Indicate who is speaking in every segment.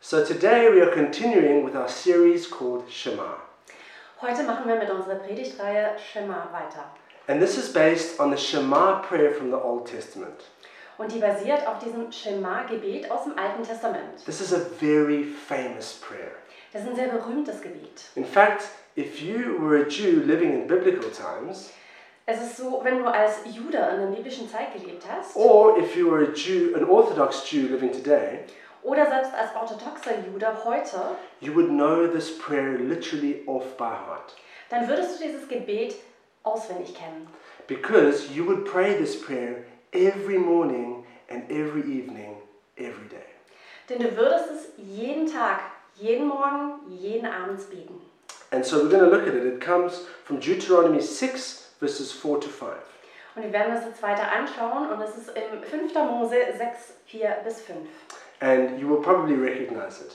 Speaker 1: So today we are continuing with our series called Shema,
Speaker 2: Heute machen wir mit unserer Predigtreihe Schema weiter.
Speaker 1: and this is based on the Shema prayer from the Old Testament.
Speaker 2: Und die basiert auf diesem Schema-Gebet aus dem Alten Testament.
Speaker 1: This is a very famous prayer.
Speaker 2: Das ist ein sehr berühmtes Gebet.
Speaker 1: In fact, if you were a Jew living in biblical times,
Speaker 2: Es ist so, wenn du als Jude in der biblischen Zeit gelebt hast
Speaker 1: or if you were a Jew, an Orthodox Jew living today,
Speaker 2: oder selbst als orthodoxer Jude heute,
Speaker 1: you would know this prayer literally off by heart
Speaker 2: dann würdest du dieses Gebet auswendig kennen.
Speaker 1: because you would pray this prayer every morning and every evening, every day.
Speaker 2: Denn du würdest es jeden Tag, jeden Morgen, jeden Abend beten.
Speaker 1: And so we're going to look at it. It comes from Deuteronomy 6, verses 4 to 5.
Speaker 2: Und wir werden uns jetzt weiter anschauen und es ist im 5. Mose 6, 4 bis 5.
Speaker 1: And you will probably recognize it.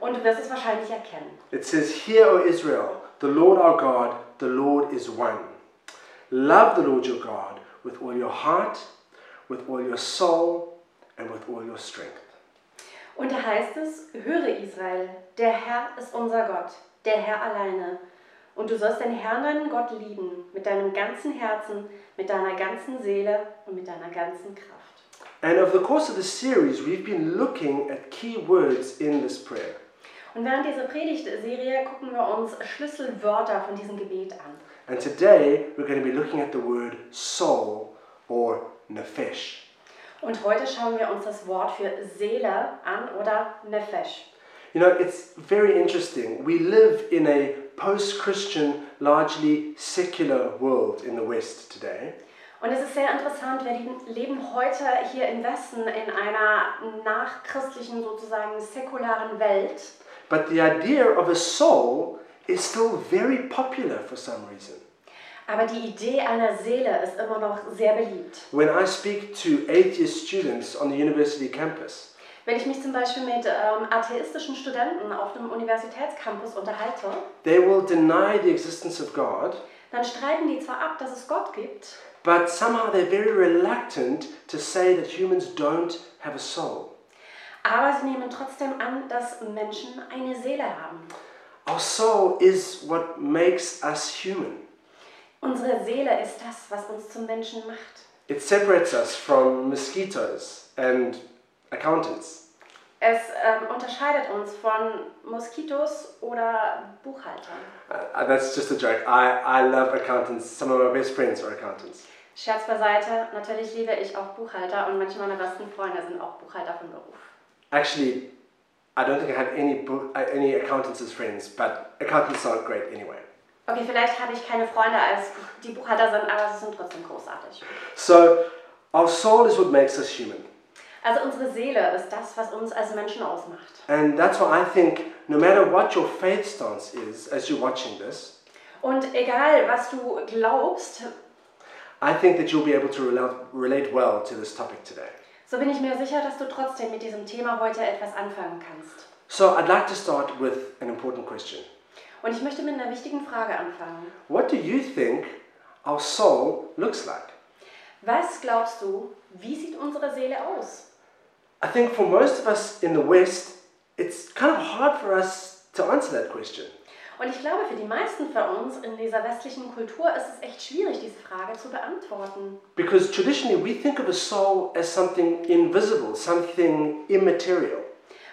Speaker 2: Und du wirst es wahrscheinlich erkennen.
Speaker 1: It says, Hear, O Israel, the Lord our God, the Lord is one. Love the Lord your God with all your heart, with all your soul, and with all your strength.
Speaker 2: Und da heißt es, höre Israel, der Herr ist unser Gott, der Herr alleine. Und du sollst den Herrn, deinen Gott, lieben, mit deinem ganzen Herzen, mit deiner ganzen Seele und mit deiner ganzen Kraft.
Speaker 1: And over the course of this series, we've been looking at key words in this prayer.
Speaker 2: Und während dieser Predigtserie gucken wir uns Schlüsselwörter von diesem Gebet an.
Speaker 1: And today, we're going to be looking at the word soul or nefesh.
Speaker 2: Und heute schauen wir uns das Wort für Seele an oder Nefesh.
Speaker 1: You know, it's very interesting. We live in a post Christian, largely secular world in the West today.
Speaker 2: Und es ist sehr interessant, wir leben heute hier im Westen in einer nachchristlichen, sozusagen säkularen Welt.
Speaker 1: But the idea of a soul is still very popular for some reason.
Speaker 2: Aber die Idee einer Seele ist immer noch sehr beliebt.
Speaker 1: When I speak to atheist students on the university campus,
Speaker 2: Wenn ich mich zum Beispiel mit ähm, atheistischen Studenten auf einem Universitätscampus unterhalte,
Speaker 1: they will deny the existence of God,
Speaker 2: dann streiten die zwar ab, dass es Gott gibt,
Speaker 1: but somehow they're very reluctant to say that humans don't have a soul.
Speaker 2: aber sie nehmen trotzdem an, dass Menschen eine Seele haben.
Speaker 1: Our soul is what makes us human.
Speaker 2: Unsere Seele ist das, was uns zum Menschen macht.
Speaker 1: It separates us from mosquitoes and accountants.
Speaker 2: Es ähm, unterscheidet uns von Moskitos oder Buchhaltern.
Speaker 1: Uh, that's just a joke. I, I love accountants. Some of my best friends are accountants.
Speaker 2: Scherz beiseite, natürlich liebe ich auch Buchhalter und manche meiner besten Freunde sind auch Buchhalter von Beruf.
Speaker 1: Actually, I don't think I have any, bo- uh, any accountants as friends, but accountants aren't great anyway.
Speaker 2: Okay, vielleicht habe ich keine Freunde, als die Buchhalter sind, aber sie sind trotzdem großartig.
Speaker 1: So, our soul is what makes us human.
Speaker 2: Also unsere Seele ist das, was uns als Menschen ausmacht.
Speaker 1: And that's why I think no matter what your faith stance is as you're watching this,
Speaker 2: Und egal, was du glaubst,
Speaker 1: I think that you'll be able to relate, relate well to this topic today.
Speaker 2: so bin ich mir sicher, dass du trotzdem mit diesem Thema heute etwas anfangen kannst.
Speaker 1: So, I'd like to start with an important question.
Speaker 2: Und ich möchte mit einer wichtigen Frage anfangen.
Speaker 1: What do you think our soul looks like?
Speaker 2: Was glaubst du, wie sieht unsere Seele aus?
Speaker 1: I think for most of us in the West, it's kind of hard for us to answer that question.
Speaker 2: Und ich glaube, für die meisten von uns in dieser westlichen Kultur ist es echt schwierig, diese Frage zu beantworten.
Speaker 1: Because traditionally, we think of a soul as something invisible, something immaterial.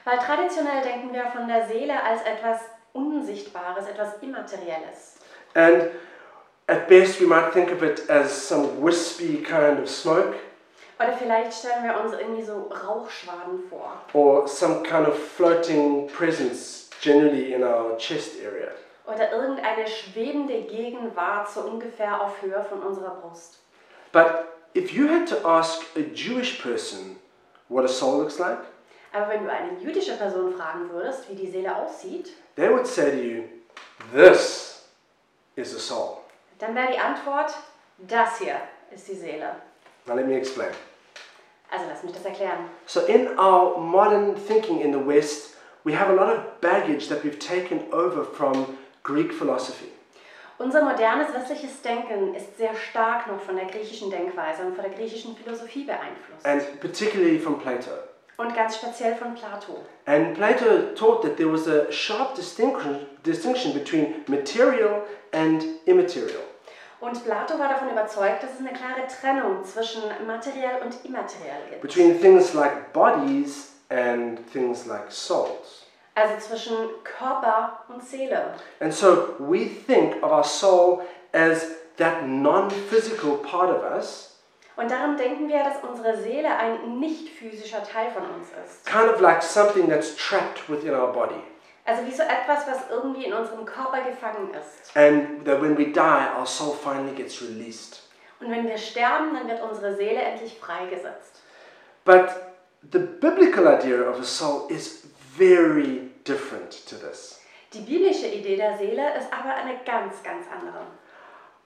Speaker 2: Weil traditionell denken wir von der Seele als etwas Unsichtbares, etwas Immaterielles.
Speaker 1: And at best, we might think of it as some wispy kind of smoke
Speaker 2: Oder vielleicht stellen wir uns irgendwie so Rauchschwaden vor.
Speaker 1: or some kind of floating presence generally in our chest area.
Speaker 2: Oder irgendeine schwebende Gegenwart so ungefähr auf Höhe von unserer Brust.
Speaker 1: But if you had to ask a Jewish person what a soul looks like,
Speaker 2: Aber wenn du eine jüdische Person fragen würdest, wie die Seele aussieht,
Speaker 1: they would say to you, This is a soul.
Speaker 2: dann wäre die Antwort, das hier ist die Seele.
Speaker 1: Now, let me explain.
Speaker 2: Also lass mich das erklären.
Speaker 1: So, in our modern thinking in the West, we have a lot of baggage that we've taken over from Greek philosophy.
Speaker 2: Unser modernes westliches Denken ist sehr stark noch von der griechischen Denkweise und von der griechischen Philosophie beeinflusst.
Speaker 1: and particularly from Plato.
Speaker 2: und ganz speziell von Plato.
Speaker 1: And Plato taught that there was a sharp distinction, distinction between material and immaterial.
Speaker 2: Und Plato war davon überzeugt, dass es eine klare Trennung zwischen materiell und immateriell gibt.
Speaker 1: between things like bodies and things like souls.
Speaker 2: Also zwischen Körper und Seele.
Speaker 1: And so we think of our soul as that non physical part of us,
Speaker 2: Und darum denken wir, dass unsere Seele ein nicht physischer Teil von uns ist.
Speaker 1: kind of like something that's trapped within our body.
Speaker 2: Also wie so etwas, was irgendwie in unserem Körper gefangen ist.
Speaker 1: And that when we die, our soul finally gets released.
Speaker 2: Und wenn wir sterben, dann wird unsere Seele endlich freigesetzt.
Speaker 1: But the biblical idea of a soul is very different to this.
Speaker 2: Die biblische Idee der Seele ist aber eine ganz, ganz andere.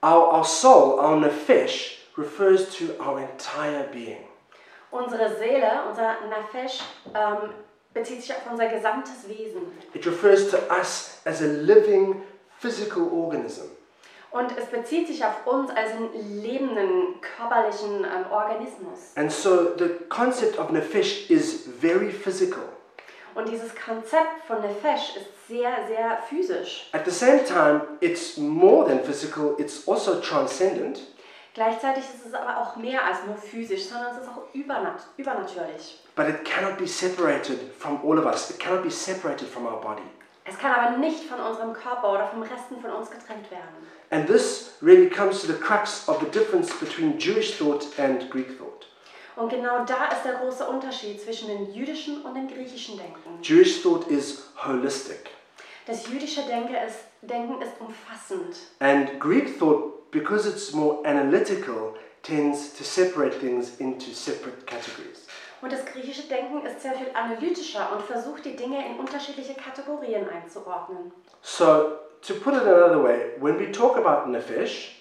Speaker 1: Our, our soul, our nephesh, refers to our entire being.
Speaker 2: Unsere Seele, unser Nafesh, ähm, bezieht sich auf unser gesamtes Wesen.
Speaker 1: It refers to us as a living physical organism.
Speaker 2: Und es bezieht sich auf uns als einen lebenden, körperlichen ähm, Organismus.
Speaker 1: And so the concept of nefesh is very physical.
Speaker 2: Und dieses Konzept von Nefesh ist sehr, sehr physisch.
Speaker 1: At the same time, it's more than physical, it's also transcendent.
Speaker 2: Gleichzeitig ist es aber auch mehr als nur physisch, sondern es ist auch übernat übernatürlich.
Speaker 1: But it cannot be separated from all of us. It cannot be separated from our body.
Speaker 2: Es kann aber nicht von unserem Körper oder vom Resten von uns getrennt werden.
Speaker 1: And this really comes to the crux of the difference between Jewish thought and Greek thought.
Speaker 2: Und genau da ist der große Unterschied zwischen dem jüdischen und dem griechischen Denken.
Speaker 1: Jewish thought is holistic,
Speaker 2: Das jüdische Denken ist, Denken ist umfassend.
Speaker 1: and Greek thought, because it's more analytical, tends to separate things into separate categories.
Speaker 2: Und das griechische Denken ist sehr viel analytischer und versucht, die Dinge in unterschiedliche Kategorien einzuordnen.
Speaker 1: So, to put it another way, when we talk about nefesh,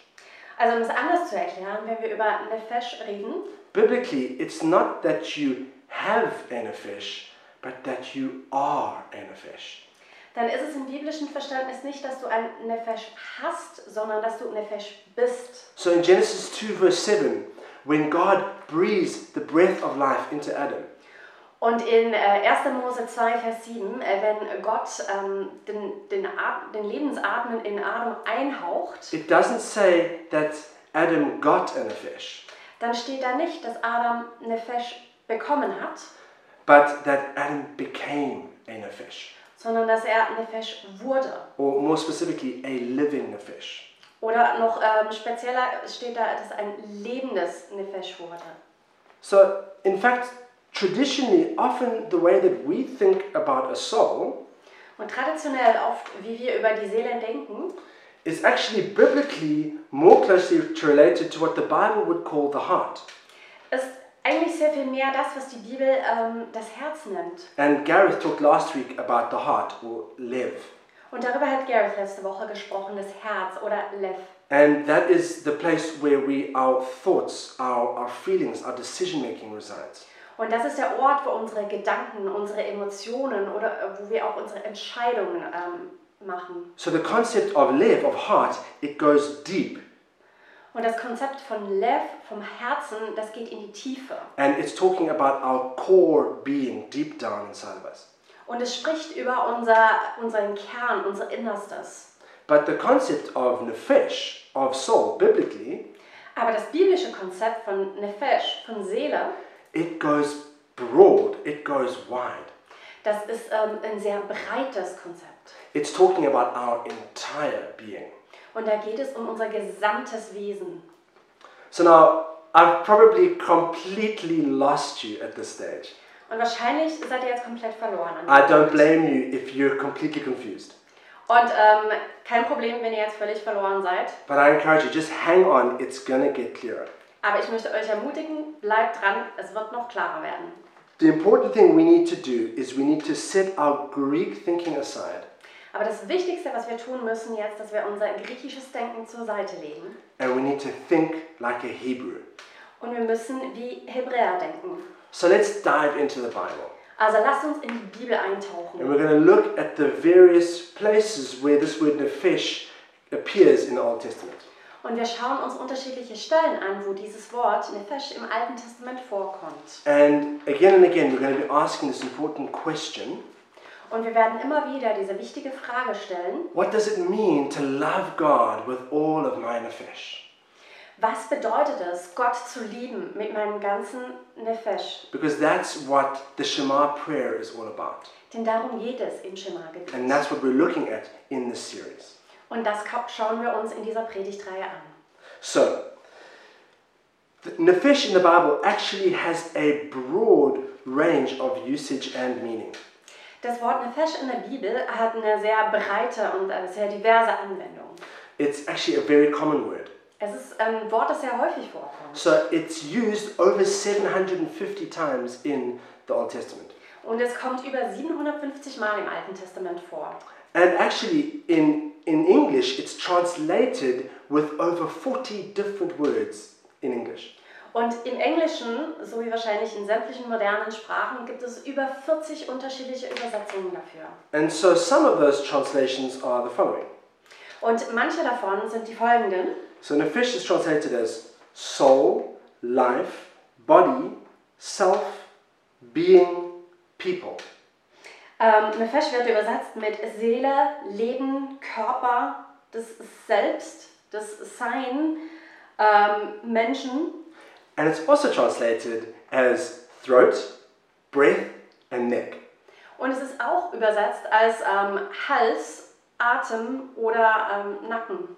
Speaker 2: Also um es anders zu erklären, wenn wir über Nefesh reden,
Speaker 1: biblically, it's not that you have a nefesh, but that you are a nefesh.
Speaker 2: dann ist es im biblischen Verständnis nicht, dass du ein Nefesh hast, sondern dass du Nefesh bist.
Speaker 1: So, in Genesis 2, verse 7, when God breathes the breath of life into Adam,
Speaker 2: Und in äh, 1. Mose 2, Vers 7, äh, wenn Gott ähm, den, den, At- den Lebensatmen in Adam einhaucht,
Speaker 1: it doesn't say that Adam got a nefesh,
Speaker 2: dann steht da nicht, dass Adam Nefesh bekommen hat,
Speaker 1: but that Adam became a nefesh,
Speaker 2: sondern dass er Nefesh wurde.
Speaker 1: or more specifically, a living nefesh.
Speaker 2: Oder noch ähm, spezieller steht da, dass ein lebendes Nefesh wurde.
Speaker 1: So, in fact, traditionally, often the way that we think about a soul
Speaker 2: Und traditionell oft, wie wir über die Seelen denken,
Speaker 1: is actually biblically more closely related to what the Bible would call the heart.
Speaker 2: ist eigentlich sehr viel mehr das, was die Bibel ähm, das Herz nennt.
Speaker 1: And Gareth talked last week about the heart or lev.
Speaker 2: Und darüber hat Gareth letzte Woche gesprochen, das Herz oder Lev.
Speaker 1: And that is the place where we our thoughts, our, our feelings, our decision making resides.
Speaker 2: Und das ist der Ort, wo unsere Gedanken, unsere Emotionen oder äh, wo wir auch unsere Entscheidungen ähm, machen.
Speaker 1: So the concept of lev, of heart, it goes deep.
Speaker 2: Und das Konzept von Lev, vom Herzen, das geht in die Tiefe.
Speaker 1: And it's talking about our core being deep down inside of us.
Speaker 2: Und es spricht über unser, unseren Kern, unser Innerstes.
Speaker 1: But the concept of nefesh, of soul, biblically,
Speaker 2: Aber das biblische Konzept von Nefesh, von Seele,
Speaker 1: it goes broad, it goes wide.
Speaker 2: das ist ähm, ein sehr breites Konzept.
Speaker 1: It's talking about our entire being.
Speaker 2: Und da geht es um unser gesamtes Wesen.
Speaker 1: So now, I've probably completely lost you at this stage.
Speaker 2: Und wahrscheinlich seid ihr jetzt komplett verloren.
Speaker 1: I don't blame you if you're completely confused.
Speaker 2: Und ähm, kein Problem, wenn ihr jetzt völlig verloren seid.
Speaker 1: But I encourage you, just hang on, it's gonna get clearer.
Speaker 2: Aber ich möchte euch ermutigen, bleibt dran, es wird noch klarer werden.
Speaker 1: The important thing we need to do is we need to set our Greek thinking aside
Speaker 2: Aber das Wichtigste, was wir tun müssen jetzt, dass wir unser griechisches Denken zur Seite legen.
Speaker 1: and we need to think like a Hebrew.
Speaker 2: Und wir müssen wie Hebräer denken.
Speaker 1: So let's dive into the Bible.
Speaker 2: Also lasst uns in die Bibel
Speaker 1: And
Speaker 2: eintauchen.
Speaker 1: we're going to look at the various places where this word nefesh appears in the Old Testament.
Speaker 2: Und wir schauen uns unterschiedliche Stellen an, wo dieses Wort Nefesh im Alten Testament vorkommt.
Speaker 1: And again and again, we're going to be asking this important question
Speaker 2: Und wir werden immer wieder diese wichtige Frage stellen,
Speaker 1: What does it mean to love God with all of my nefesh?
Speaker 2: was bedeutet es, Gott zu lieben mit meinem ganzen Nefesh?
Speaker 1: Because that's what the Shema prayer is all about.
Speaker 2: Denn darum geht es im Schema-Gebet.
Speaker 1: And that's what we're looking at in this series.
Speaker 2: Und das ka- schauen wir uns in dieser Predigtreihe an.
Speaker 1: So, the nefesh in the Bible actually has a broad range of usage and meaning.
Speaker 2: Das Wort Nefesh in der Bibel hat eine sehr breite und äh, sehr diverse Anwendung.
Speaker 1: It's actually a very common word.
Speaker 2: Es ist ein Wort, das sehr häufig vorkommt.
Speaker 1: So, it's used over 750 times in the Old Testament.
Speaker 2: Und es kommt über 750 Mal im Alten Testament vor.
Speaker 1: And actually, in, in English, it's translated with over 40 different words in English.
Speaker 2: Und im Englischen, so wie wahrscheinlich in sämtlichen modernen Sprachen, gibt es über 40 unterschiedliche Übersetzungen dafür.
Speaker 1: And so, some of those translations are the following.
Speaker 2: Und manche davon sind die folgenden.
Speaker 1: So, Nefesh is translated as soul, life, body, self, being, people.
Speaker 2: Ähm, Nefesh wird übersetzt mit Seele, Leben, Körper, das Selbst, das Sein, ähm, Menschen.
Speaker 1: And it's also translated as throat, breath, and neck.
Speaker 2: Und es ist auch übersetzt als ähm, Hals, Atem oder ähm, Nacken.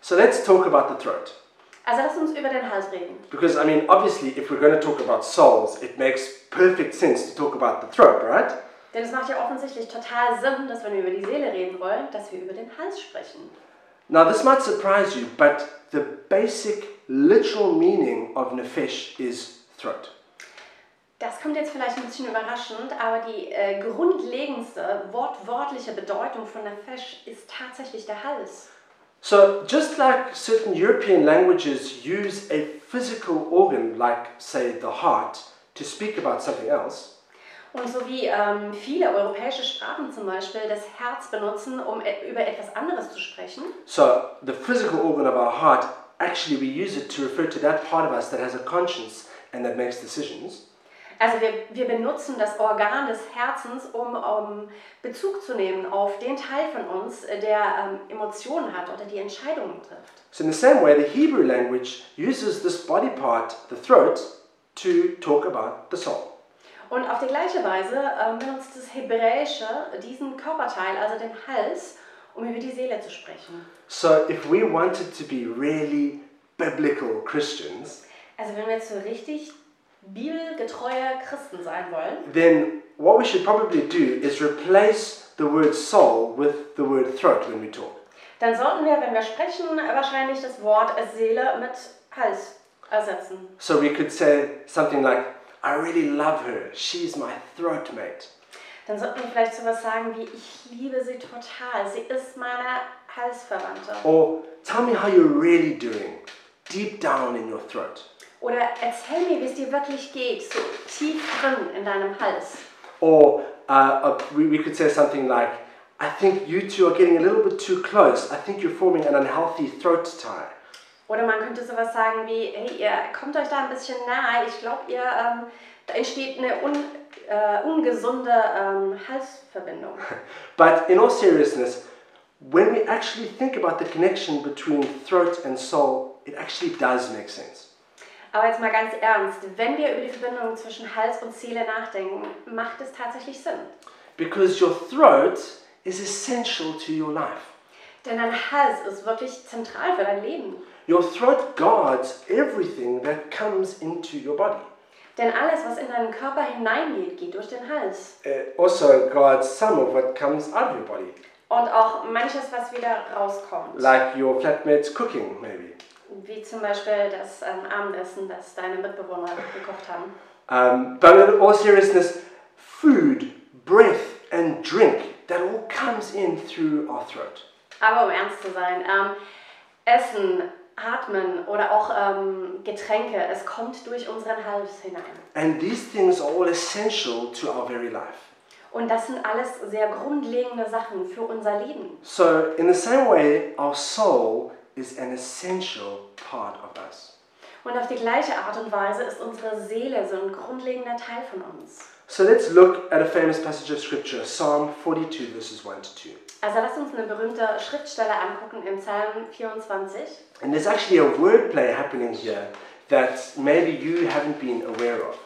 Speaker 1: So, let's talk about the throat.
Speaker 2: Also lass uns über den Hals reden.
Speaker 1: Because, I mean, obviously, if we're going to talk about souls, it makes perfect sense to talk about the throat, right?
Speaker 2: Denn es macht ja offensichtlich total Sinn, dass wenn wir über die Seele reden wollen, dass wir über den Hals sprechen.
Speaker 1: Now, this might surprise you, but the basic literal meaning of nefesh is throat.
Speaker 2: Das kommt jetzt vielleicht ein bisschen überraschend, aber die äh, grundlegendste wortwörtliche Bedeutung von Nefesh ist tatsächlich der Hals.
Speaker 1: So, just like certain European languages use a physical organ, like, say, the heart, to speak about something else,
Speaker 2: Und so wie ähm, viele europäische Sprachen zum Beispiel das Herz benutzen, um e über etwas anderes zu sprechen,
Speaker 1: so the physical organ of our heart, actually, we use it to refer to that part of us that has a conscience and that makes decisions.
Speaker 2: also wir, wir benutzen das Organ des Herzens, um, um Bezug zu nehmen auf den Teil von uns, äh, der ähm, Emotionen hat oder die Entscheidungen trifft.
Speaker 1: So, in the same way, the Hebrew language uses this body part, the throat, to talk about the soul.
Speaker 2: Und auf die gleiche Weise ähm, benutzt das Hebräische diesen Körperteil, also den Hals, um über die Seele zu sprechen.
Speaker 1: So, if we wanted to be really biblical Christians,
Speaker 2: Also wenn wir jetzt so richtig bibelgetreue Christen sein wollen,
Speaker 1: then what we should probably do is replace the word soul with the word throat when we talk.
Speaker 2: dann sollten wir, wenn wir sprechen, wahrscheinlich das Wort Seele mit Hals ersetzen.
Speaker 1: So, we could say something like, I really love her, she's my throat mate.
Speaker 2: Dann sollten wir vielleicht sowas sagen wie, ich liebe sie total, sie ist meine Halsverwandte.
Speaker 1: Or, tell me how you're really doing, deep down in your throat.
Speaker 2: Oder erzähl mir, wie es dir wirklich geht, so tief drin in deinem Hals.
Speaker 1: Or uh, uh, we, we could say something like, I think you two are getting a little bit too close. I think you're forming an unhealthy throat tie.
Speaker 2: Oder man könnte sowas sagen wie, hey, ihr kommt euch da ein bisschen nahe. Ich glaube, ihr ähm, da entsteht eine un, äh, ungesunde ähm, Halsverbindung.
Speaker 1: But in all seriousness, when we actually think about the connection between throat and soul, it actually does make sense.
Speaker 2: Aber jetzt mal ganz ernst, wenn wir über die Verbindung zwischen Hals und Seele nachdenken, macht es tatsächlich Sinn.
Speaker 1: Because your throat is essential to your life.
Speaker 2: Denn dein Hals ist wirklich zentral für dein Leben.
Speaker 1: Your throat guards everything that comes into your body.
Speaker 2: Denn alles, was in deinen Körper hineingeht, geht durch den Hals.
Speaker 1: It Uh, also guards some of what comes out of your body,
Speaker 2: Und auch manches, was wieder rauskommt.
Speaker 1: like your flatmate's cooking, maybe.
Speaker 2: Wie zum Beispiel das ähm, Abendessen, das deine Mitbewohner gekocht haben.
Speaker 1: Um, but in all seriousness, food, breath, and drink, that all comes in through our throat.
Speaker 2: Aber um ernst zu sein, ähm, Essen, Atmen oder auch ähm, Getränke, es kommt durch unseren Hals hinein.
Speaker 1: And these things are all essential to our very life.
Speaker 2: Und das sind alles sehr grundlegende Sachen für unser Leben.
Speaker 1: So, in the same way, our soul is an essential part of us.
Speaker 2: Und auf die gleiche Art und Weise ist unsere Seele so ein grundlegender Teil von uns.
Speaker 1: So let's look at a famous passage of scripture, Psalm 42, verses 1 to 2.
Speaker 2: Also lasst uns eine berühmte Schriftstelle angucken im Psalm 24.
Speaker 1: And there's actually a wordplay happening here that maybe you haven't been aware of.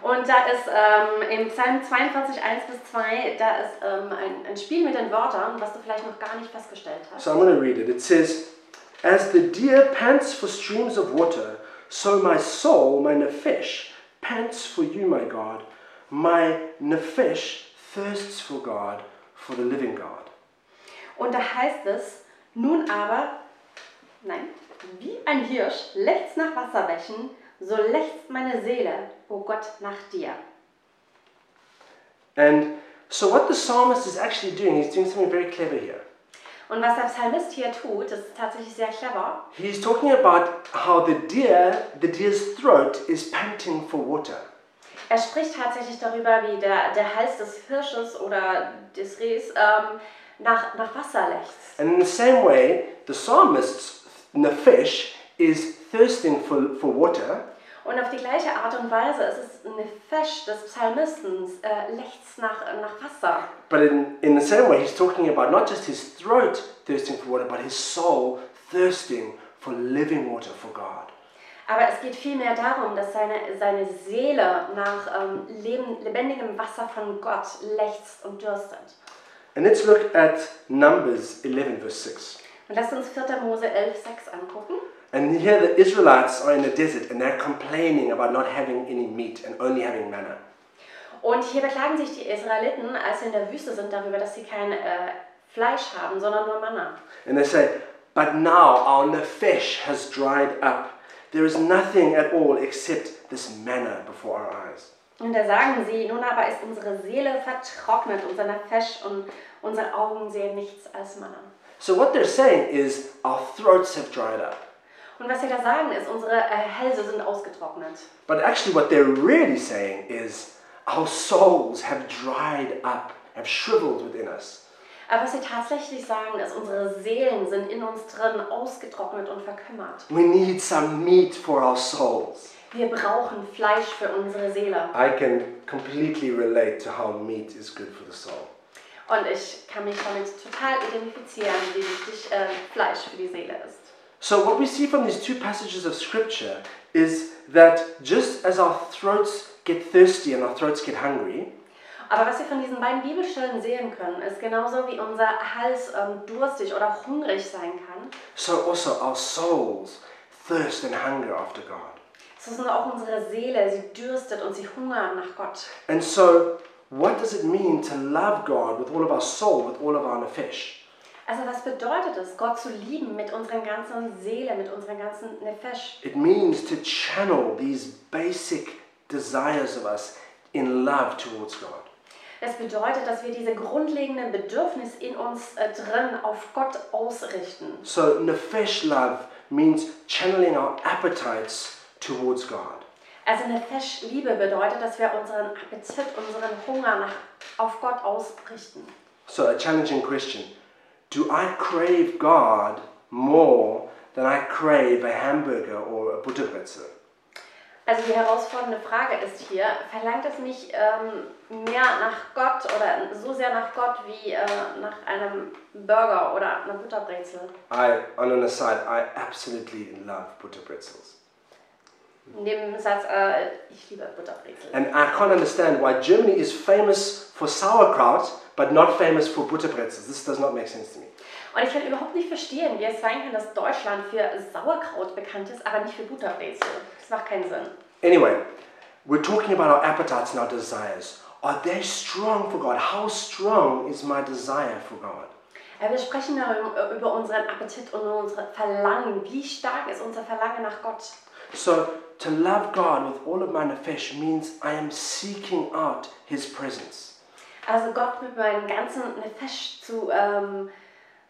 Speaker 2: Und da ist ähm, im Psalm 42, 1 bis 2, da ist ähm, ein, ein Spiel mit den Wörtern, was du vielleicht noch gar nicht festgestellt hast.
Speaker 1: So I'm going to read it. It says, As the deer pants for streams of water, so my soul, my nephesh, pants for you, my God. My nephesh thirsts for God, for the living God.
Speaker 2: Und da heißt es, nun aber, nein, wie ein Hirsch lechzt nach Wasserbächen, so lechzt meine Seele, o Gott, nach dir.
Speaker 1: And so what the psalmist is actually doing, he's doing something very clever here.
Speaker 2: Und was der Psalmist hier tut, das ist tatsächlich sehr clever.
Speaker 1: He's talking about how the deer, the deer's throat is panting for water.
Speaker 2: Er spricht tatsächlich darüber, wie der, der Hals des Hirsches oder des Rehs ähm, nach, nach Wasser lechzt.
Speaker 1: And in the same way, the psalmist's nephesh is thirsting for, for water,
Speaker 2: Und auf die gleiche Art und Weise ist es eine Fesch des Psalmisten, äh, lechzt nach, nach Wasser.
Speaker 1: but in, in the same way, he's talking about not just his throat thirsting for water, but his soul thirsting for living water for God.
Speaker 2: Aber es geht vielmehr darum, dass seine, seine Seele nach ähm, Leben, lebendigem Wasser von Gott lechzt und dürstet.
Speaker 1: And let's look at Numbers 11, verse 6.
Speaker 2: Und lasst uns 4. Mose 11, 6 angucken.
Speaker 1: And here the Israelites are in the desert and they're complaining about not having any meat and only having manna.
Speaker 2: Und hier beklagen sich die Israeliten, als sie in der Wüste sind, darüber, dass sie kein äh, Fleisch haben, sondern nur Manna.
Speaker 1: And they say, But now our nephesh has dried up. There is nothing at all except this manna before our eyes.
Speaker 2: Und da sagen sie, nun aber ist unsere Seele vertrocknet, unser Nefesh und unsere Augen sehen nichts als Manna.
Speaker 1: So what they're saying is our throats have dried up.
Speaker 2: Und was sie da sagen ist, unsere äh, Hälse sind ausgetrocknet.
Speaker 1: But actually what they're really saying is our souls have dried up, have shriveled within us.
Speaker 2: Aber was sie tatsächlich sagen ist, unsere Seelen sind in uns drin ausgetrocknet und verkümmert.
Speaker 1: We need some meat for our souls.
Speaker 2: Wir brauchen Fleisch für unsere Seele.
Speaker 1: I can completely relate to how meat is good for the soul.
Speaker 2: Und ich kann mich damit total identifizieren, wie wichtig äh, Fleisch für die Seele ist.
Speaker 1: So what we see from these two passages of scripture is that just as our throats get thirsty and our throats get hungry,
Speaker 2: Aber was wir von diesen beiden Bibelstellen sehen können, ist genauso wie unser Hals ähm, durstig oder auch hungrig sein kann,
Speaker 1: so also our souls thirst and hunger after God.
Speaker 2: so ist auch unsere Seele, sie dürstet und sie hungert nach Gott.
Speaker 1: And so, what does it mean to love God with all of our soul, with all of our nefesh?
Speaker 2: Also was bedeutet es, Gott zu lieben mit unserer ganzen Seele, mit unserer ganzen Nefesh?
Speaker 1: It means to channel these basic desires of us in love towards God.
Speaker 2: Es bedeutet, dass wir diese grundlegenden Bedürfnisse in uns äh, drin auf Gott ausrichten.
Speaker 1: So, nefesh love means channeling our appetites towards God.
Speaker 2: Also Nefesh-Liebe bedeutet, dass wir unseren Appetit, unseren Hunger nach, auf Gott ausrichten.
Speaker 1: So, a challenging question Do I crave God more than I crave a hamburger or a butterbrezel?
Speaker 2: Also die herausfordernde Frage ist hier, verlangt es nicht ähm, mehr nach Gott oder so sehr nach Gott wie äh, nach einem Burger oder einer Butterbrezel?
Speaker 1: I, on an aside, I absolutely love butterbrezels.
Speaker 2: In dem Satz, äh, ich liebe Butterbrezel.
Speaker 1: And I can't understand why Germany is famous for sauerkraut but not famous for butterbrezels. This does not make sense to me.
Speaker 2: Und ich kann überhaupt nicht verstehen, wie es sein kann, dass Deutschland für Sauerkraut bekannt ist, aber nicht für Butterbrezel. Das macht keinen Sinn.
Speaker 1: Anyway, we're talking about our appetites and our desires. Are they strong for God? How strong is my desire for God?
Speaker 2: Äh, wir sprechen darüber, über unseren Appetit und unsere Verlangen. Wie stark ist unser Verlangen nach Gott?
Speaker 1: So, to love God with all of my nefesh means I am seeking out His presence.
Speaker 2: Also Gott mit meinem ganzen Nefesh zu, ähm,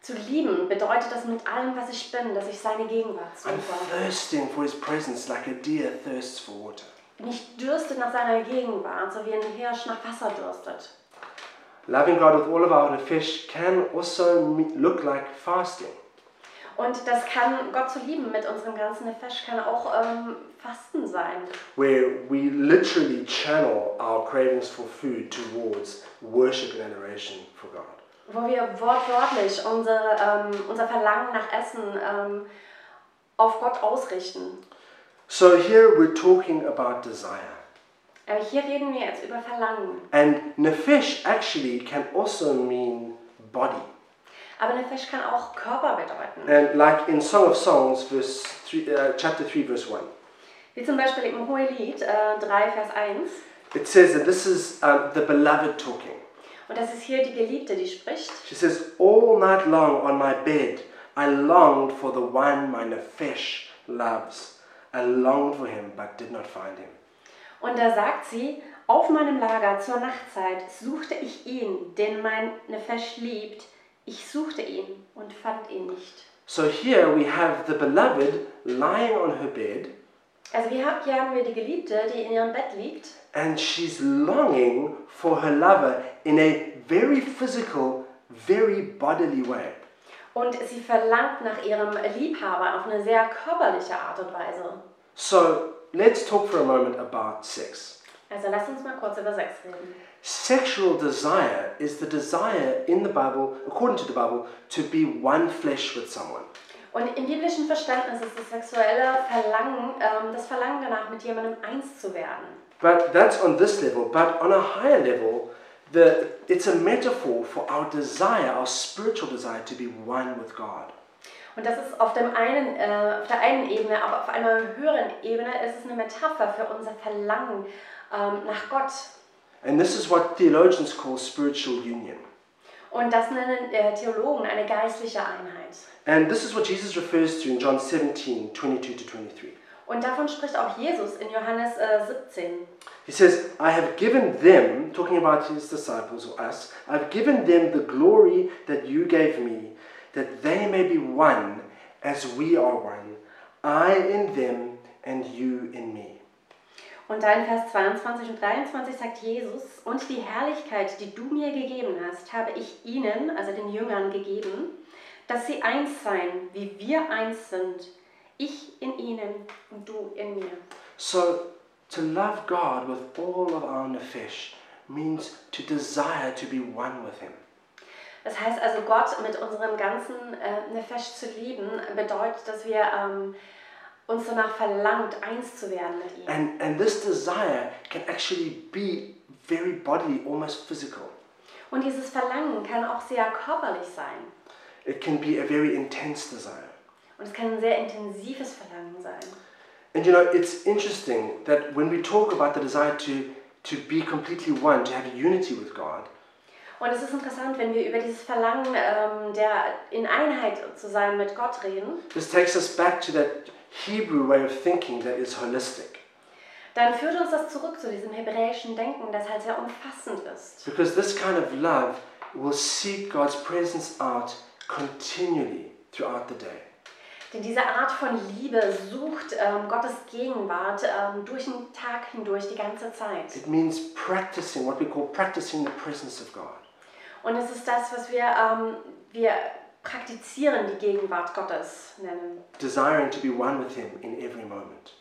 Speaker 2: zu lieben, bedeutet das mit allem, was ich bin, dass ich seine Gegenwart
Speaker 1: I'm
Speaker 2: suche.
Speaker 1: thirsting for His presence like a deer thirsts for water.
Speaker 2: Mich dürstet nach seiner Gegenwart, so wie ein Hirsch nach Wasser dürstet.
Speaker 1: Loving God with all of our nefesh can also me- look like fasting.
Speaker 2: Und das kann Gott zu lieben mit unserem ganzen Nefesh, kann auch ähm, Fasten sein,
Speaker 1: where we literally channel our cravings for food towards worship and adoration for God.
Speaker 2: wo wir wortwörtlich unsere, ähm, unser Verlangen nach Essen ähm, auf Gott ausrichten.
Speaker 1: So here we're talking about desire.
Speaker 2: Aber Äh, hier reden wir jetzt über Verlangen.
Speaker 1: And nefesh actually can also mean body.
Speaker 2: Aber Nefesh kann auch Körper bedeuten.
Speaker 1: And like in Song of Songs, verse three, uh, chapter 3, verse 1,
Speaker 2: Wie zum Beispiel im Hohelied äh, 3, Vers 1.
Speaker 1: it says that this is um, the beloved talking.
Speaker 2: Und das ist hier die Geliebte, die spricht.
Speaker 1: She says, All night long on my bed, I longed for the one my nefesh loves. I longed for him, but did not find him.
Speaker 2: Und da sagt sie, auf meinem Lager zur Nachtzeit suchte ich ihn, den mein Nefesh liebt. Ich suchte ihn und fand ihn nicht.
Speaker 1: So here we have the beloved lying on her bed,
Speaker 2: Also wir haben, hier haben wir die Geliebte, die in ihrem Bett liegt.
Speaker 1: and she's longing for her lover in a very physical, very bodily way.
Speaker 2: Und sie verlangt nach ihrem Liebhaber auf eine sehr körperliche Art und Weise.
Speaker 1: So let's talk for a moment about sex.
Speaker 2: Also lasst uns mal kurz über Sex reden.
Speaker 1: Sexual desire is the desire in the Bible, according to the Bible, to be one flesh with someone.
Speaker 2: Und im biblischen Verständnis ist das sexuelle Verlangen, ähm, das Verlangen danach, mit jemandem eins zu werden.
Speaker 1: But that's on this level. But on a higher level, the, it's a metaphor for our desire, our spiritual desire to be one with God.
Speaker 2: Und das ist auf, dem einen, äh, auf der einen Ebene, aber auf einer höheren Ebene ist es eine Metapher für unser Verlangen ähm, nach Gott.
Speaker 1: And this is what theologians call spiritual union.
Speaker 2: Und das nennen äh, Theologen eine geistliche Einheit.
Speaker 1: And this is what Jesus refers to in John 17 22 to 23.
Speaker 2: Und davon spricht auch Jesus in Johannes äh, 17.
Speaker 1: He says, I have given them, talking about his disciples or us, I've given them the glory that you gave me, that they may be one as we are one, I in them and you in me.
Speaker 2: Und dann Vers 22 und 23 sagt Jesus, und die Herrlichkeit, die du mir gegeben hast, habe ich ihnen, also den Jüngern, gegeben, dass sie eins seien, wie wir eins sind. Ich in ihnen und du in mir.
Speaker 1: So, to love God with all of our nefesh means to desire to be one with Him.
Speaker 2: Das heißt also, Gott mit unserem ganzen äh, Nefesh zu lieben, bedeutet, dass wir ähm, uns danach verlangt, eins zu werden mit ihm.
Speaker 1: And, and this desire can actually be very bodily, almost physical.
Speaker 2: Und dieses Verlangen kann auch sehr körperlich sein.
Speaker 1: It can be a very intense desire.
Speaker 2: Und es kann ein sehr intensives Verlangen sein.
Speaker 1: And you know, it's interesting that when we talk about the desire to, to be completely one, to have unity with God,
Speaker 2: Und es ist interessant, wenn wir über dieses Verlangen, ähm, der in Einheit zu sein mit Gott reden,
Speaker 1: this takes us back to that Hebrew way of thinking that is holistic.
Speaker 2: dann führt uns das zurück zu diesem hebräischen Denken, das halt sehr umfassend ist.
Speaker 1: Because this kind of love will seek God's presence out continually throughout the day.
Speaker 2: Denn diese Art von Liebe sucht ähm, Gottes Gegenwart ähm, durch den Tag hindurch, die ganze Zeit.
Speaker 1: It means practicing what we call practicing the presence of God.
Speaker 2: Und es ist das, was wir, ähm, wir praktizieren, die Gegenwart Gottes nennen.
Speaker 1: desiring to be one with Him in every moment.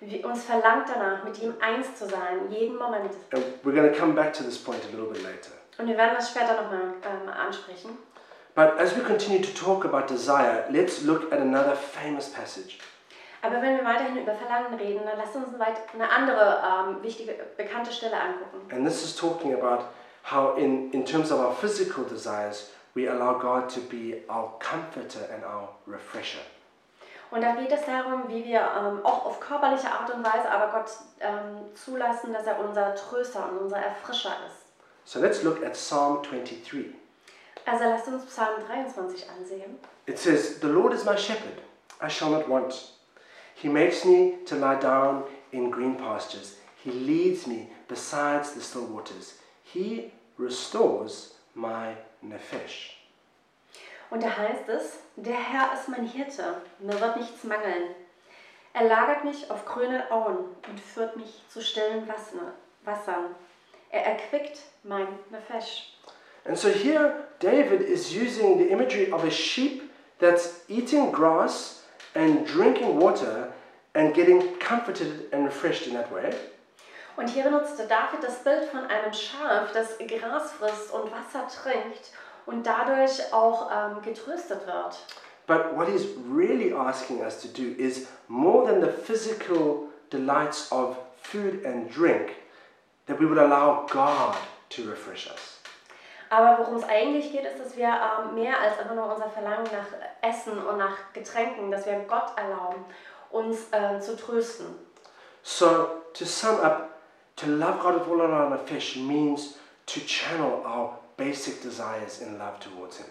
Speaker 2: Wir, uns verlangt danach, mit ihm eins zu sein, jeden Moment.
Speaker 1: And we're going to come back to this point a little bit later.
Speaker 2: Und wir werden das später nochmal ähm, ansprechen.
Speaker 1: But as we continue to talk about desire, let's look at another famous passage.
Speaker 2: Aber wenn wir weiterhin über Verlangen reden, dann lasst uns weit eine andere ähm, wichtige, bekannte Stelle angucken.
Speaker 1: And this is talking about how, in, in terms of our physical desires, we allow God to be our comforter and our refresher.
Speaker 2: Und da geht es darum, wie wir ähm, auch auf körperliche Art und Weise, aber Gott ähm, zulassen, dass er unser Tröster und unser Erfrischer ist.
Speaker 1: So let's look at Psalm 23.
Speaker 2: Also lasst uns Psalm 23 ansehen.
Speaker 1: It says, The Lord is my shepherd, I shall not want. He makes me to lie down in green pastures. He leads me beside the still waters. He restores my nefesh.
Speaker 2: Und da heißt es, der Herr ist mein Hirte, mir wird nichts mangeln. Er lagert mich auf grünen Auen und führt mich zu stillen Wassne- Wassern. Er erquickt mein Nefesh.
Speaker 1: And so here, David is using the imagery of a sheep That's eating grass and drinking water and getting comforted and refreshed in that way.
Speaker 2: Und hier benutzte David das Bild von einem Schaf, das Gras frisst und Wasser trinkt und dadurch auch ähm, getröstet wird.
Speaker 1: But what he's really asking us to do is more than the physical delights of food and drink, that we would allow God to refresh us.
Speaker 2: Aber worum es eigentlich geht, ist, dass wir ähm, mehr als einfach nur unser Verlangen nach Essen und nach Getränken, dass wir Gott erlauben, uns ähm, zu trösten.
Speaker 1: So, to sum up, to love God with all our our fish means to channel our basic desires in love towards Him.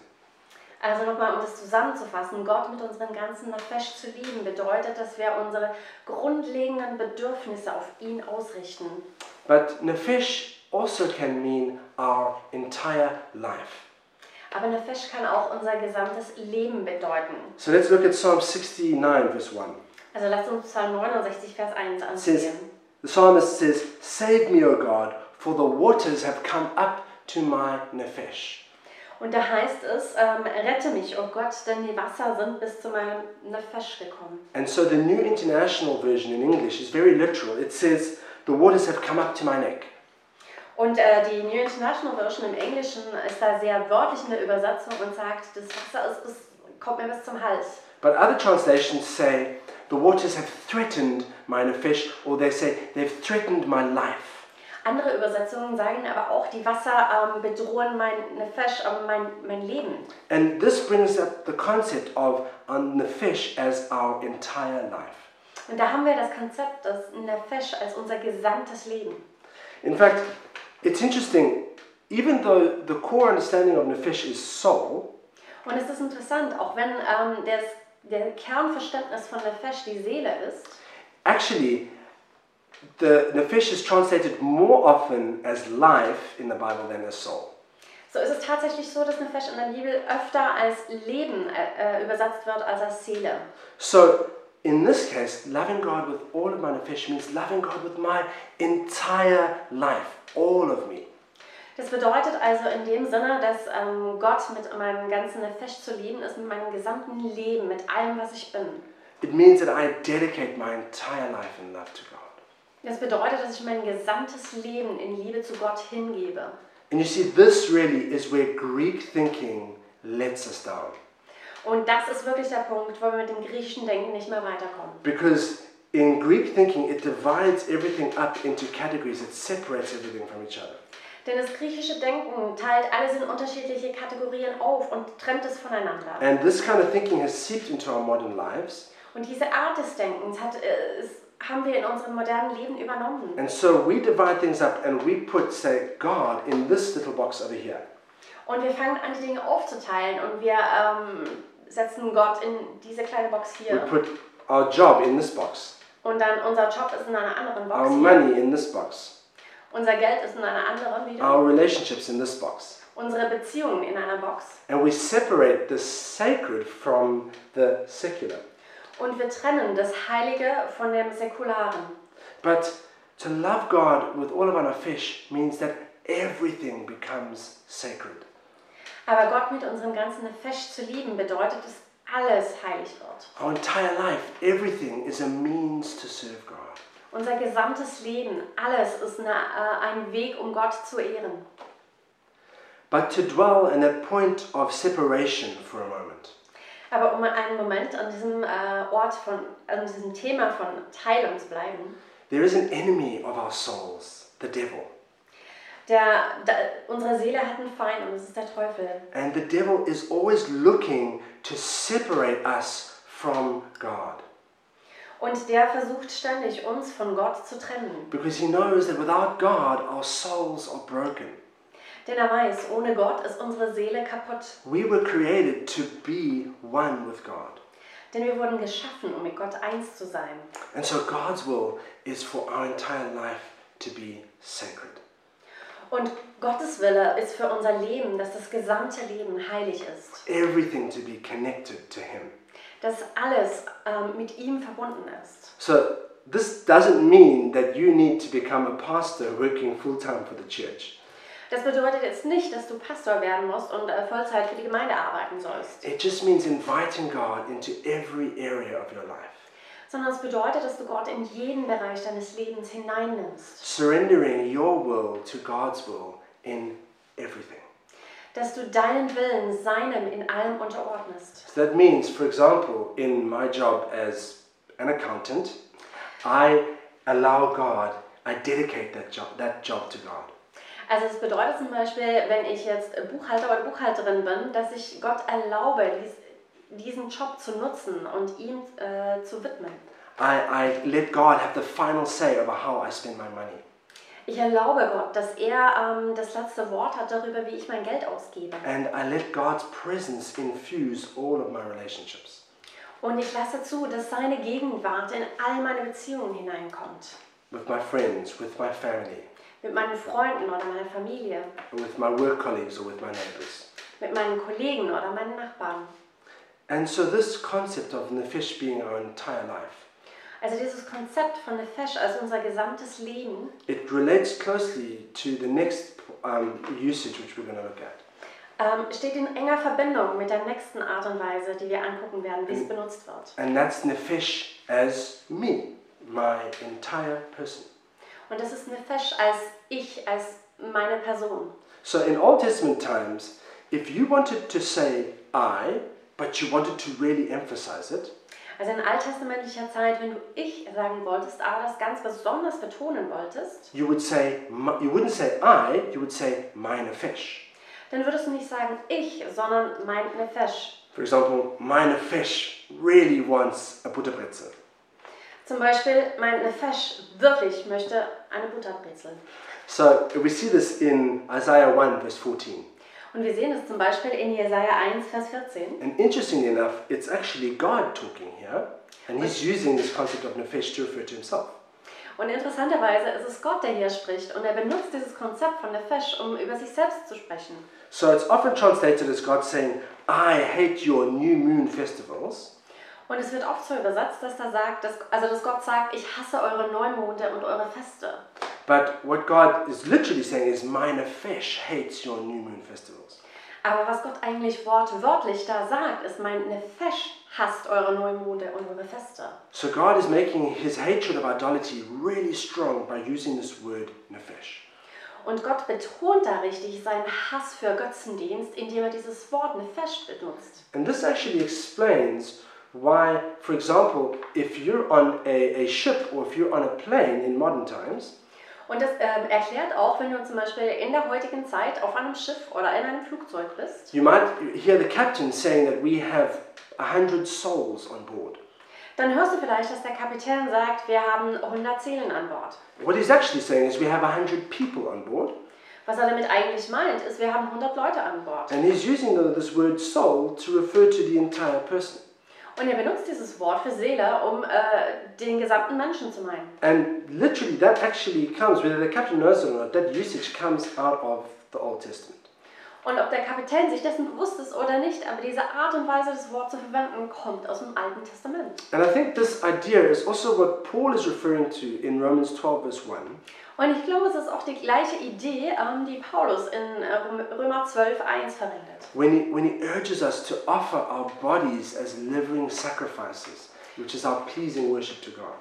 Speaker 2: Also nochmal, um das zusammenzufassen, Gott mit unseren ganzen Nefesh zu lieben, bedeutet, dass wir unsere grundlegenden Bedürfnisse auf ihn ausrichten.
Speaker 1: But nefesh also can mean our entire life.
Speaker 2: Aber Nefesh kann auch unser gesamtes Leben bedeuten.
Speaker 1: So let's look at Psalm 69, verse 1.
Speaker 2: Also lasst uns Psalm 69, Vers 1
Speaker 1: It says,
Speaker 2: ansehen.
Speaker 1: the psalmist says, Save me, O God, for the waters have come up to my nefesh.
Speaker 2: Und da heißt es, ähm, rette mich, oh Gott, denn die Wasser sind bis zu meinem Nefesh gekommen.
Speaker 1: And so the New International Version in English is very literal. It says, The waters have come up to my neck.
Speaker 2: Und äh, die New International Version im Englischen ist da sehr wörtlich in der Übersetzung und sagt, das Wasser ist bis, kommt mir bis zum Hals.
Speaker 1: But other translations say, The waters have threatened my nefesh, or they say, They've threatened my life.
Speaker 2: Andere Übersetzungen sagen aber auch, die Wasser ähm, bedrohen mein Nefesh, ähm, mein, mein Leben.
Speaker 1: And this brings up the concept of our nefesh as our entire life.
Speaker 2: Und da haben wir das Konzept des Nefesh als unser gesamtes Leben.
Speaker 1: In fact, it's interesting, even though the core understanding of nefesh is soul,
Speaker 2: Und es ist interessant, auch wenn ähm, der, der Kernverständnis von Nefesh die Seele ist,
Speaker 1: Actually, the nefesh is translated more often as life in the Bible than as soul.
Speaker 2: so ist es tatsächlich so, dass Nefesh in der Bibel öfter als Leben äh, äh, übersetzt wird als als Seele.
Speaker 1: So, in this case, loving God with all of my nefesh means loving God with my entire life, all of me.
Speaker 2: Das bedeutet also in dem Sinne, dass ähm, Gott mit meinem ganzen Nefesh zu lieben ist, mit meinem gesamten Leben, mit allem, was ich bin.
Speaker 1: It means that I dedicate my entire life in love to God.
Speaker 2: Das bedeutet, dass ich mein gesamtes Leben in Liebe zu Gott hingebe.
Speaker 1: And you see, this really is where Greek thinking lets us down.
Speaker 2: Und das ist wirklich der Punkt, wo wir mit dem griechischen Denken nicht mehr weiterkommen.
Speaker 1: Because in Greek thinking, it divides everything up into categories, it separates everything from each other.
Speaker 2: Denn das griechische Denken teilt alles in unterschiedliche Kategorien auf und trennt es voneinander.
Speaker 1: And this kind of thinking has seeped into our modern lives.
Speaker 2: Und diese Art des Denkens hat, äh, es- haben wir in unserem modernen Leben übernommen.
Speaker 1: And so we divide things up and we put, say, God in this little box over here.
Speaker 2: Und wir fangen an, die Dinge aufzuteilen und wir ähm, setzen Gott in diese kleine Box
Speaker 1: We
Speaker 2: hier.
Speaker 1: put our job in this box,
Speaker 2: Und dann unser Job ist in einer anderen
Speaker 1: our
Speaker 2: Box hier.
Speaker 1: money in this box,
Speaker 2: Unser Geld ist in einer anderen wieder.
Speaker 1: our relationships in this box.
Speaker 2: Unsere Beziehungen in einer Box.
Speaker 1: And we separate the sacred from the secular.
Speaker 2: Und wir trennen das Heilige von dem Säkularen.
Speaker 1: But to love God with all of our fish means that everything becomes sacred.
Speaker 2: Aber Gott mit unserem ganzen Nefesh zu lieben, bedeutet, dass alles heilig wird.
Speaker 1: Our entire life, everything is a means to serve God.
Speaker 2: Unser gesamtes Leben, alles ist eine, äh, ein Weg, um Gott zu ehren.
Speaker 1: But to dwell in that point of separation for a moment.
Speaker 2: Aber um einen Moment an diesem äh, Ort von, an diesem Thema von Teilung zu bleiben,
Speaker 1: There is an enemy of our souls, the devil.
Speaker 2: der, der, unsere Seele hat einen Feind und das ist der Teufel.
Speaker 1: And the devil is always looking to separate us from God
Speaker 2: Und der versucht ständig, uns von Gott zu trennen.
Speaker 1: because he knows that without God, our souls are broken.
Speaker 2: Denn er weiß, ohne Gott ist unsere Seele kaputt.
Speaker 1: We were created to be one with God.
Speaker 2: Denn wir wurden geschaffen, um mit Gott eins zu sein.
Speaker 1: And so God's will is for our entire life to be sacred.
Speaker 2: Und Gottes Wille ist für unser Leben, dass das gesamte Leben heilig ist.
Speaker 1: Everything to be connected to him.
Speaker 2: Dass alles ähm, mit ihm verbunden ist.
Speaker 1: So this doesn't mean that you need to become a pastor working full time for the church.
Speaker 2: Das bedeutet jetzt nicht, dass du Pastor werden musst und äh, Vollzeit für die Gemeinde arbeiten sollst,
Speaker 1: It just means inviting God into every area of your life,
Speaker 2: sondern es bedeutet, dass du Gott in jeden Bereich deines Lebens hineinnimmst.
Speaker 1: surrendering your will to God's will in everything.
Speaker 2: Dass du deinen Willen seinem in allem unterordnest.
Speaker 1: So that means, for example, in my job as an accountant, I allow God, I dedicate that job, that job to God.
Speaker 2: Also es bedeutet zum Beispiel, wenn ich jetzt Buchhalter oder Buchhalterin bin, dass ich Gott erlaube, dies, diesen Job zu nutzen und ihm äh, zu widmen.
Speaker 1: I, I let God have the final say over how I spend my money.
Speaker 2: Ich erlaube Gott, dass er ähm, das letzte Wort hat darüber, wie ich mein Geld ausgebe.
Speaker 1: And I let God's presence infuse all of my relationships.
Speaker 2: Und ich lasse zu, dass seine Gegenwart in all meine Beziehungen hineinkommt.
Speaker 1: With my friends, with my family,
Speaker 2: Mit meinen Freunden oder meiner Familie,
Speaker 1: with my work colleagues, or with my neighbors.
Speaker 2: mit meinen Kollegen oder meinen Nachbarn.
Speaker 1: And so, this concept of Nefesh being our entire life,
Speaker 2: Also dieses Konzept von Nefesh als unser gesamtes Leben
Speaker 1: it relates closely to the next um, usage which we're going to look at.
Speaker 2: ähm, steht in enger Verbindung mit der nächsten Art und Weise, die wir angucken werden, wie es benutzt wird.
Speaker 1: And that's Nefesh as me, my entire person.
Speaker 2: Und das ist Nefesh als ich, als meine Person.
Speaker 1: So in Old Testament times, if you wanted to say I, but you wanted to really emphasize it,
Speaker 2: Also in alttestamentlicher Zeit, wenn du ich sagen wolltest, aber das ganz besonders betonen wolltest,
Speaker 1: you would say my, you wouldn't say I, you would say my nefesh.
Speaker 2: dann würdest du nicht sagen ich, sondern mein Nefesh.
Speaker 1: For example, my nefesh really wants a Butterbrezel.
Speaker 2: Zum Beispiel, mein Nefesh wirklich möchte eine Butterbrezel.
Speaker 1: So we see this in Isaiah 1 verse 14.
Speaker 2: Und wir sehen es zum Beispiel in Jesaja 1, Vers 14.
Speaker 1: And interestingly enough, it's actually God talking here, and he's using this concept of nefesh to refer to himself.
Speaker 2: Und interessanterweise ist es Gott, der hier spricht. Und er benutzt dieses Konzept von Nefesh, um über sich selbst zu sprechen.
Speaker 1: So it's often translated as God saying, I hate your new moon festivals,
Speaker 2: Und es wird oft so übersetzt, dass da sagt, dass, also dass Gott sagt, ich hasse eure Neumonde und eure Feste.
Speaker 1: but what God is literally saying is, my nefesh hates your new moon festivals.
Speaker 2: Aber was Gott eigentlich wortwörtlich da sagt, ist, mein Nefesh hasst eure Neumonde und eure Feste.
Speaker 1: So God is making his hatred of idolatry really strong by using this word nefesh.
Speaker 2: Und Gott betont da richtig seinen Hass für Götzendienst, indem er dieses Wort Nefesh benutzt.
Speaker 1: And this actually explains why, for example, if you're on a, a ship or if you're on a plane in modern times,
Speaker 2: Und das ähm, erklärt auch, wenn du zum Beispiel in der heutigen Zeit auf einem Schiff oder in einem Flugzeug bist,
Speaker 1: you might hear the captain saying that we have a hundred souls on board.
Speaker 2: dann hörst du vielleicht, dass der Kapitän sagt, wir haben 100 Seelen an Bord.
Speaker 1: What he's actually saying is we have a hundred people on board.
Speaker 2: Was er damit eigentlich meint, ist, wir haben 100 Leute an Bord.
Speaker 1: And he's using the, this word soul to refer to the entire person.
Speaker 2: Und er benutzt dieses Wort für Seele, um äh, den gesamten Menschen zu meinen.
Speaker 1: And literally, that actually comes, whether the captain knows it or not, that usage comes out of the Old Testament.
Speaker 2: Und ob der Kapitän sich dessen bewusst ist oder nicht, aber diese Art und Weise, das Wort zu verwenden, kommt aus dem Alten Testament.
Speaker 1: And I think this idea is also what Paul is referring to in Romans 12, verse 1,
Speaker 2: Und ich glaube, es ist auch die gleiche Idee, ähm, die Paulus in äh, Röm- Römer 12, 1 verwendet.
Speaker 1: when he, when he urges us to offer our bodies as living sacrifices, which is our pleasing worship to God.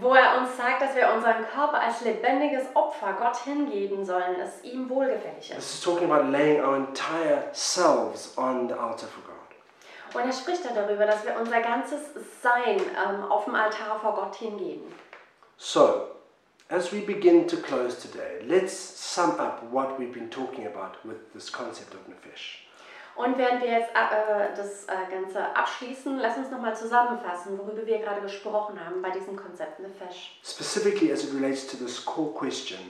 Speaker 2: wo er uns sagt, dass wir unseren Körper als lebendiges Opfer Gott hingeben sollen, es ihm wohlgefällig ist.
Speaker 1: This is talking about laying our entire selves on the altar for God.
Speaker 2: Und er spricht da darüber, dass wir unser ganzes Sein ähm, auf dem Altar vor Gott hingeben.
Speaker 1: So, as we begin to close today, let's sum up what we've been talking about with this concept of nefesh.
Speaker 2: Und während wir jetzt äh, das äh, Ganze abschließen, lass uns nochmal zusammenfassen, worüber wir gerade gesprochen haben bei diesem Konzept Nefesh.
Speaker 1: Specifically, as it relates to this core question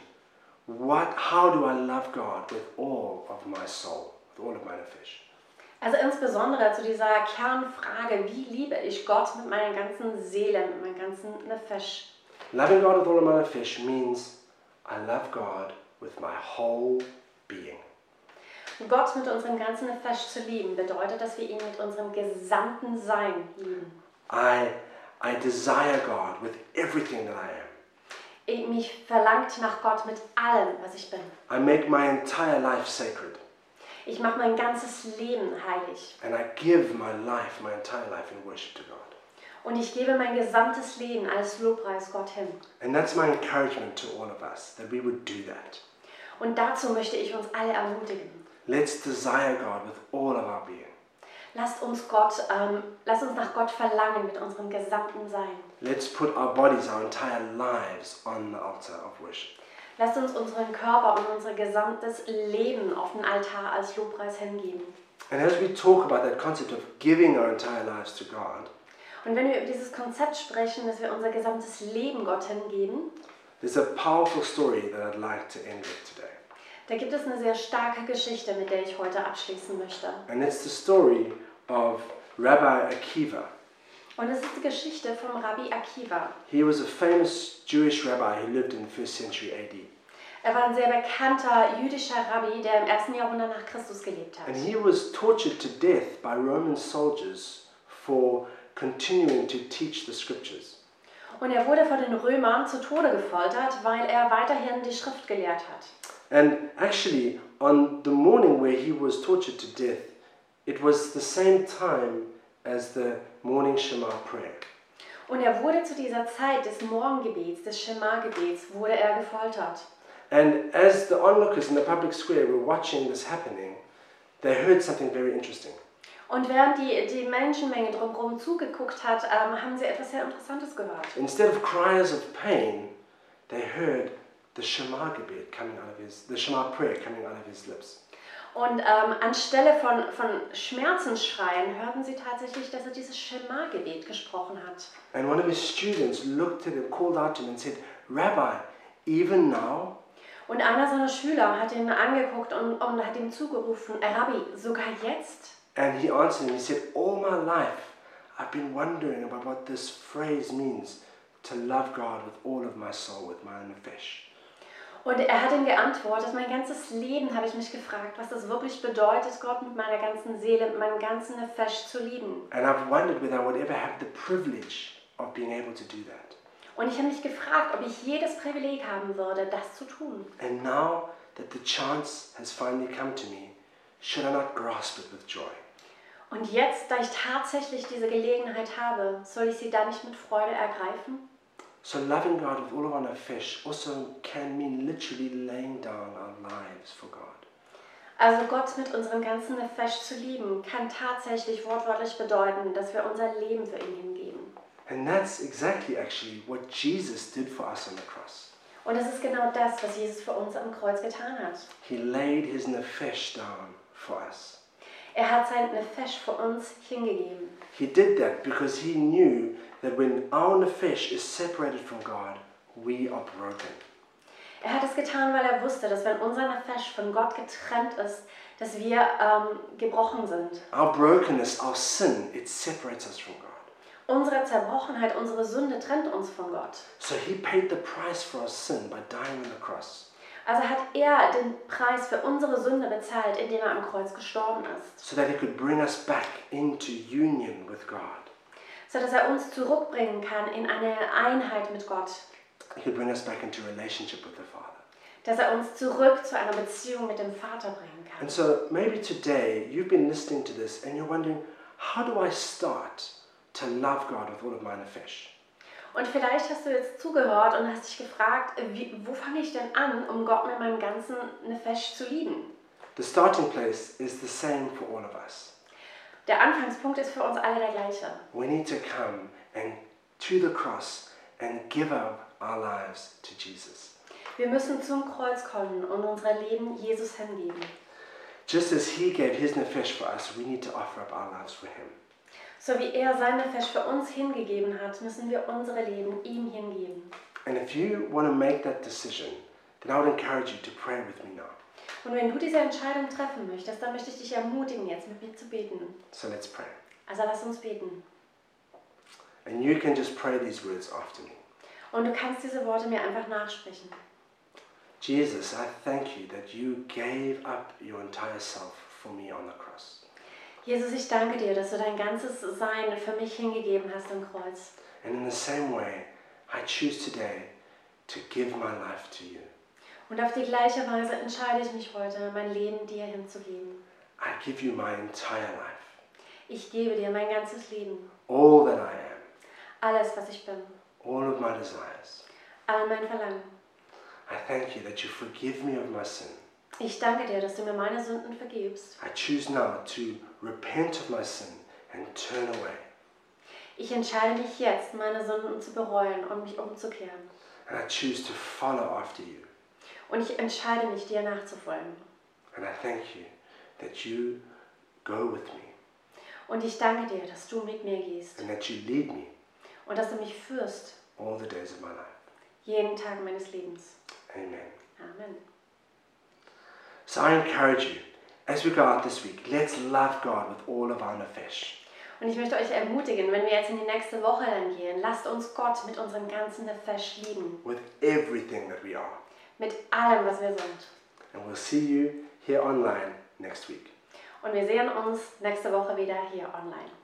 Speaker 1: what, how do I love God with all of my soul, with all of my nefesh?
Speaker 2: Also insbesondere zu dieser Kernfrage, wie liebe ich Gott mit meiner ganzen Seele, mit meinem ganzen Nefesh?
Speaker 1: Loving God with all of my nefesh means I love God with my whole being.
Speaker 2: Gott mit unserem ganzen Nefesh zu lieben, bedeutet, dass wir ihn mit unserem gesamten Sein lieben.
Speaker 1: I, I desire God with everything that I am.
Speaker 2: ich- mich verlangt nach Gott mit allem, was ich bin.
Speaker 1: I make my entire life sacred
Speaker 2: Ich mache mein ganzes Leben heilig
Speaker 1: and I give my life, my entire life in worship to God.
Speaker 2: und ich gebe mein gesamtes Leben als Lobpreis Gott hin.
Speaker 1: And that's my encouragement to all of us that we would do that.
Speaker 2: Und dazu möchte ich uns alle ermutigen.
Speaker 1: Let's desire God with all of our being.
Speaker 2: Lasst uns Gott, ähm, lasst uns nach Gott verlangen mit unserem gesamten Sein.
Speaker 1: Let's put our bodies, our entire lives on the altar of worship.
Speaker 2: Lasst uns unseren Körper und unser gesamtes Leben auf den Altar als Lobpreis hingeben.
Speaker 1: And as we talk about that concept of giving our entire lives to God,
Speaker 2: Und wenn wir über dieses Konzept sprechen, dass wir unser gesamtes Leben Gott hingeben,
Speaker 1: there's a powerful story that I'd like to end with today.
Speaker 2: da gibt es eine sehr starke Geschichte, mit der ich heute abschließen möchte.
Speaker 1: And it's the story of Rabbi Akiva.
Speaker 2: Und es ist die Geschichte vom Rabbi Akiva.
Speaker 1: He was a famous Jewish rabbi who lived in the first century AD.
Speaker 2: Er war ein sehr bekannter jüdischer Rabbi, der im ersten Jahrhundert nach Christus gelebt hat.
Speaker 1: And he was tortured to death by Roman soldiers for continuing to teach the scriptures.
Speaker 2: Und er wurde von den Römern zu Tode gefoltert, weil er weiterhin die Schrift gelehrt hat.
Speaker 1: And actually, on the morning where he was tortured to death, it was the same time as the morning Shema prayer.
Speaker 2: Und er wurde zu dieser Zeit des Morgengebets, des Schema-Gebets, wurde er gefoltert.
Speaker 1: And as the onlookers in the public square were watching this happening, they heard something very interesting.
Speaker 2: Und während die, die Menschenmenge drumherum zugeguckt hat, ähm, haben sie etwas sehr Interessantes gehört.
Speaker 1: Instead of cries of pain, they heard the Shema Gebet coming out of his, the Shema prayer coming out of his lips.
Speaker 2: Und ähm, anstelle von, von Schmerzensschreien hörten sie tatsächlich, dass er dieses Schema-Gebet gesprochen hat.
Speaker 1: And one of his students looked at him, called out to him, and said, Rabbi, even now?
Speaker 2: Und einer seiner Schüler hat ihn angeguckt und, und hat ihm zugerufen, "Ey, Rabbi, sogar jetzt?
Speaker 1: And he answered him, he said, All my life I've been wondering about what this phrase means to love God with all of my soul, with my nefesh.
Speaker 2: Und er hat ihm geantwortet, mein ganzes Leben habe ich mich gefragt, was das wirklich bedeutet, Gott mit meiner ganzen Seele, mit meinem ganzen Nefesh zu lieben.
Speaker 1: And I've wondered whether I would ever have the privilege of being able to do that.
Speaker 2: Und ich habe mich gefragt, ob ich jedes Privileg haben würde, das zu tun.
Speaker 1: And now that the chance has finally come to me, should I not grasp it with joy?
Speaker 2: Und jetzt, da ich tatsächlich diese Gelegenheit habe, soll ich sie dann nicht mit Freude ergreifen?
Speaker 1: So loving God with all of our nefesh also can mean literally laying down our lives for God.
Speaker 2: Also Gott mit unserem ganzen Nefesh zu lieben, kann tatsächlich wortwörtlich bedeuten, dass wir unser Leben für ihn hingeben.
Speaker 1: And that's exactly actually what Jesus did for us on the cross.
Speaker 2: Und das ist genau das, was Jesus für uns am Kreuz getan hat.
Speaker 1: He laid his nefesh down for us.
Speaker 2: Er hat sein Nefesh für uns hingegeben.
Speaker 1: He did that because he knew that when our nefesh is separated from God, we are broken.
Speaker 2: Er hat es getan, weil er wusste, dass wenn unser Nefesh von Gott getrennt ist, dass wir ähm, gebrochen sind.
Speaker 1: Our brokenness, our sin, it separates us from God.
Speaker 2: Unsere Zerbrochenheit, unsere Sünde trennt uns von Gott.
Speaker 1: So he paid the price for our sin by dying on the cross.
Speaker 2: Also hat er den Preis für unsere Sünde bezahlt, indem er am Kreuz gestorben ist,
Speaker 1: So that he could bring us back into union with God.
Speaker 2: sodass er uns zurückbringen kann in eine Einheit mit Gott,
Speaker 1: He could bring us back into relationship with the Father.
Speaker 2: dass er uns zurück zu einer Beziehung mit dem Vater bringen kann.
Speaker 1: And so maybe today you've been listening to this and you're wondering, how do I start to love God with all of my nefesh?
Speaker 2: Und vielleicht hast du jetzt zugehört und hast dich gefragt, wie, wo fange ich denn an, um Gott mit meinem ganzen Nefesh zu lieben?
Speaker 1: The starting place is the same for all of us.
Speaker 2: Der Anfangspunkt ist für uns alle der gleiche.
Speaker 1: We need to come and to the cross and give up our lives to Jesus.
Speaker 2: Wir müssen zum Kreuz kommen und unser Leben Jesus hingeben.
Speaker 1: Just as he gave his nefesh for us, we need to offer up our lives for him.
Speaker 2: So wie er sein Nefesh für uns hingegeben hat, müssen wir unsere Leben ihm hingeben.
Speaker 1: And if you want to make that decision, then I would encourage you to pray with me now.
Speaker 2: Und wenn du diese Entscheidung treffen möchtest, dann möchte ich dich ermutigen, jetzt mit mir zu beten.
Speaker 1: So let's pray.
Speaker 2: Also lass uns beten.
Speaker 1: And you can just pray these words after me.
Speaker 2: Und du kannst diese Worte mir einfach nachsprechen.
Speaker 1: Jesus, I thank you that you gave up your entire self for me on the cross.
Speaker 2: Jesus, ich danke dir, dass du dein ganzes Sein für mich hingegeben hast am Kreuz.
Speaker 1: And in the same way, I choose today to give my life to you.
Speaker 2: Und auf die gleiche Weise entscheide ich mich heute, mein Leben dir hinzugeben.
Speaker 1: I give you my entire life,
Speaker 2: Ich gebe dir mein ganzes Leben,
Speaker 1: all that I am,
Speaker 2: alles, was ich bin,
Speaker 1: all of my desires.
Speaker 2: all mein Verlangen.
Speaker 1: I thank you that you forgive me of my sin.
Speaker 2: Ich danke dir, dass du mir meine Sünden vergibst.
Speaker 1: I choose now to repent of my sin and turn away.
Speaker 2: Ich entscheide mich jetzt, meine Sünden zu bereuen und mich umzukehren.
Speaker 1: And I choose to follow after you.
Speaker 2: Und ich entscheide mich, dir nachzufolgen.
Speaker 1: And I thank you that you go with me
Speaker 2: Und ich danke dir, dass du mit mir gehst
Speaker 1: and that you lead me
Speaker 2: und dass du mich führst,
Speaker 1: all the days of my life.
Speaker 2: jeden Tag meines Lebens.
Speaker 1: Amen.
Speaker 2: Amen.
Speaker 1: So I encourage you, as we go out this week, let's love God with all of our nefesh.
Speaker 2: Und ich möchte euch ermutigen, wenn wir jetzt in die nächste Woche dann gehen, lasst uns Gott mit unserem ganzen Nefesh lieben.
Speaker 1: with everything that we are.
Speaker 2: Mit allem, was wir sind.
Speaker 1: And we'll see you here online next week.
Speaker 2: Und wir sehen uns nächste Woche wieder hier online.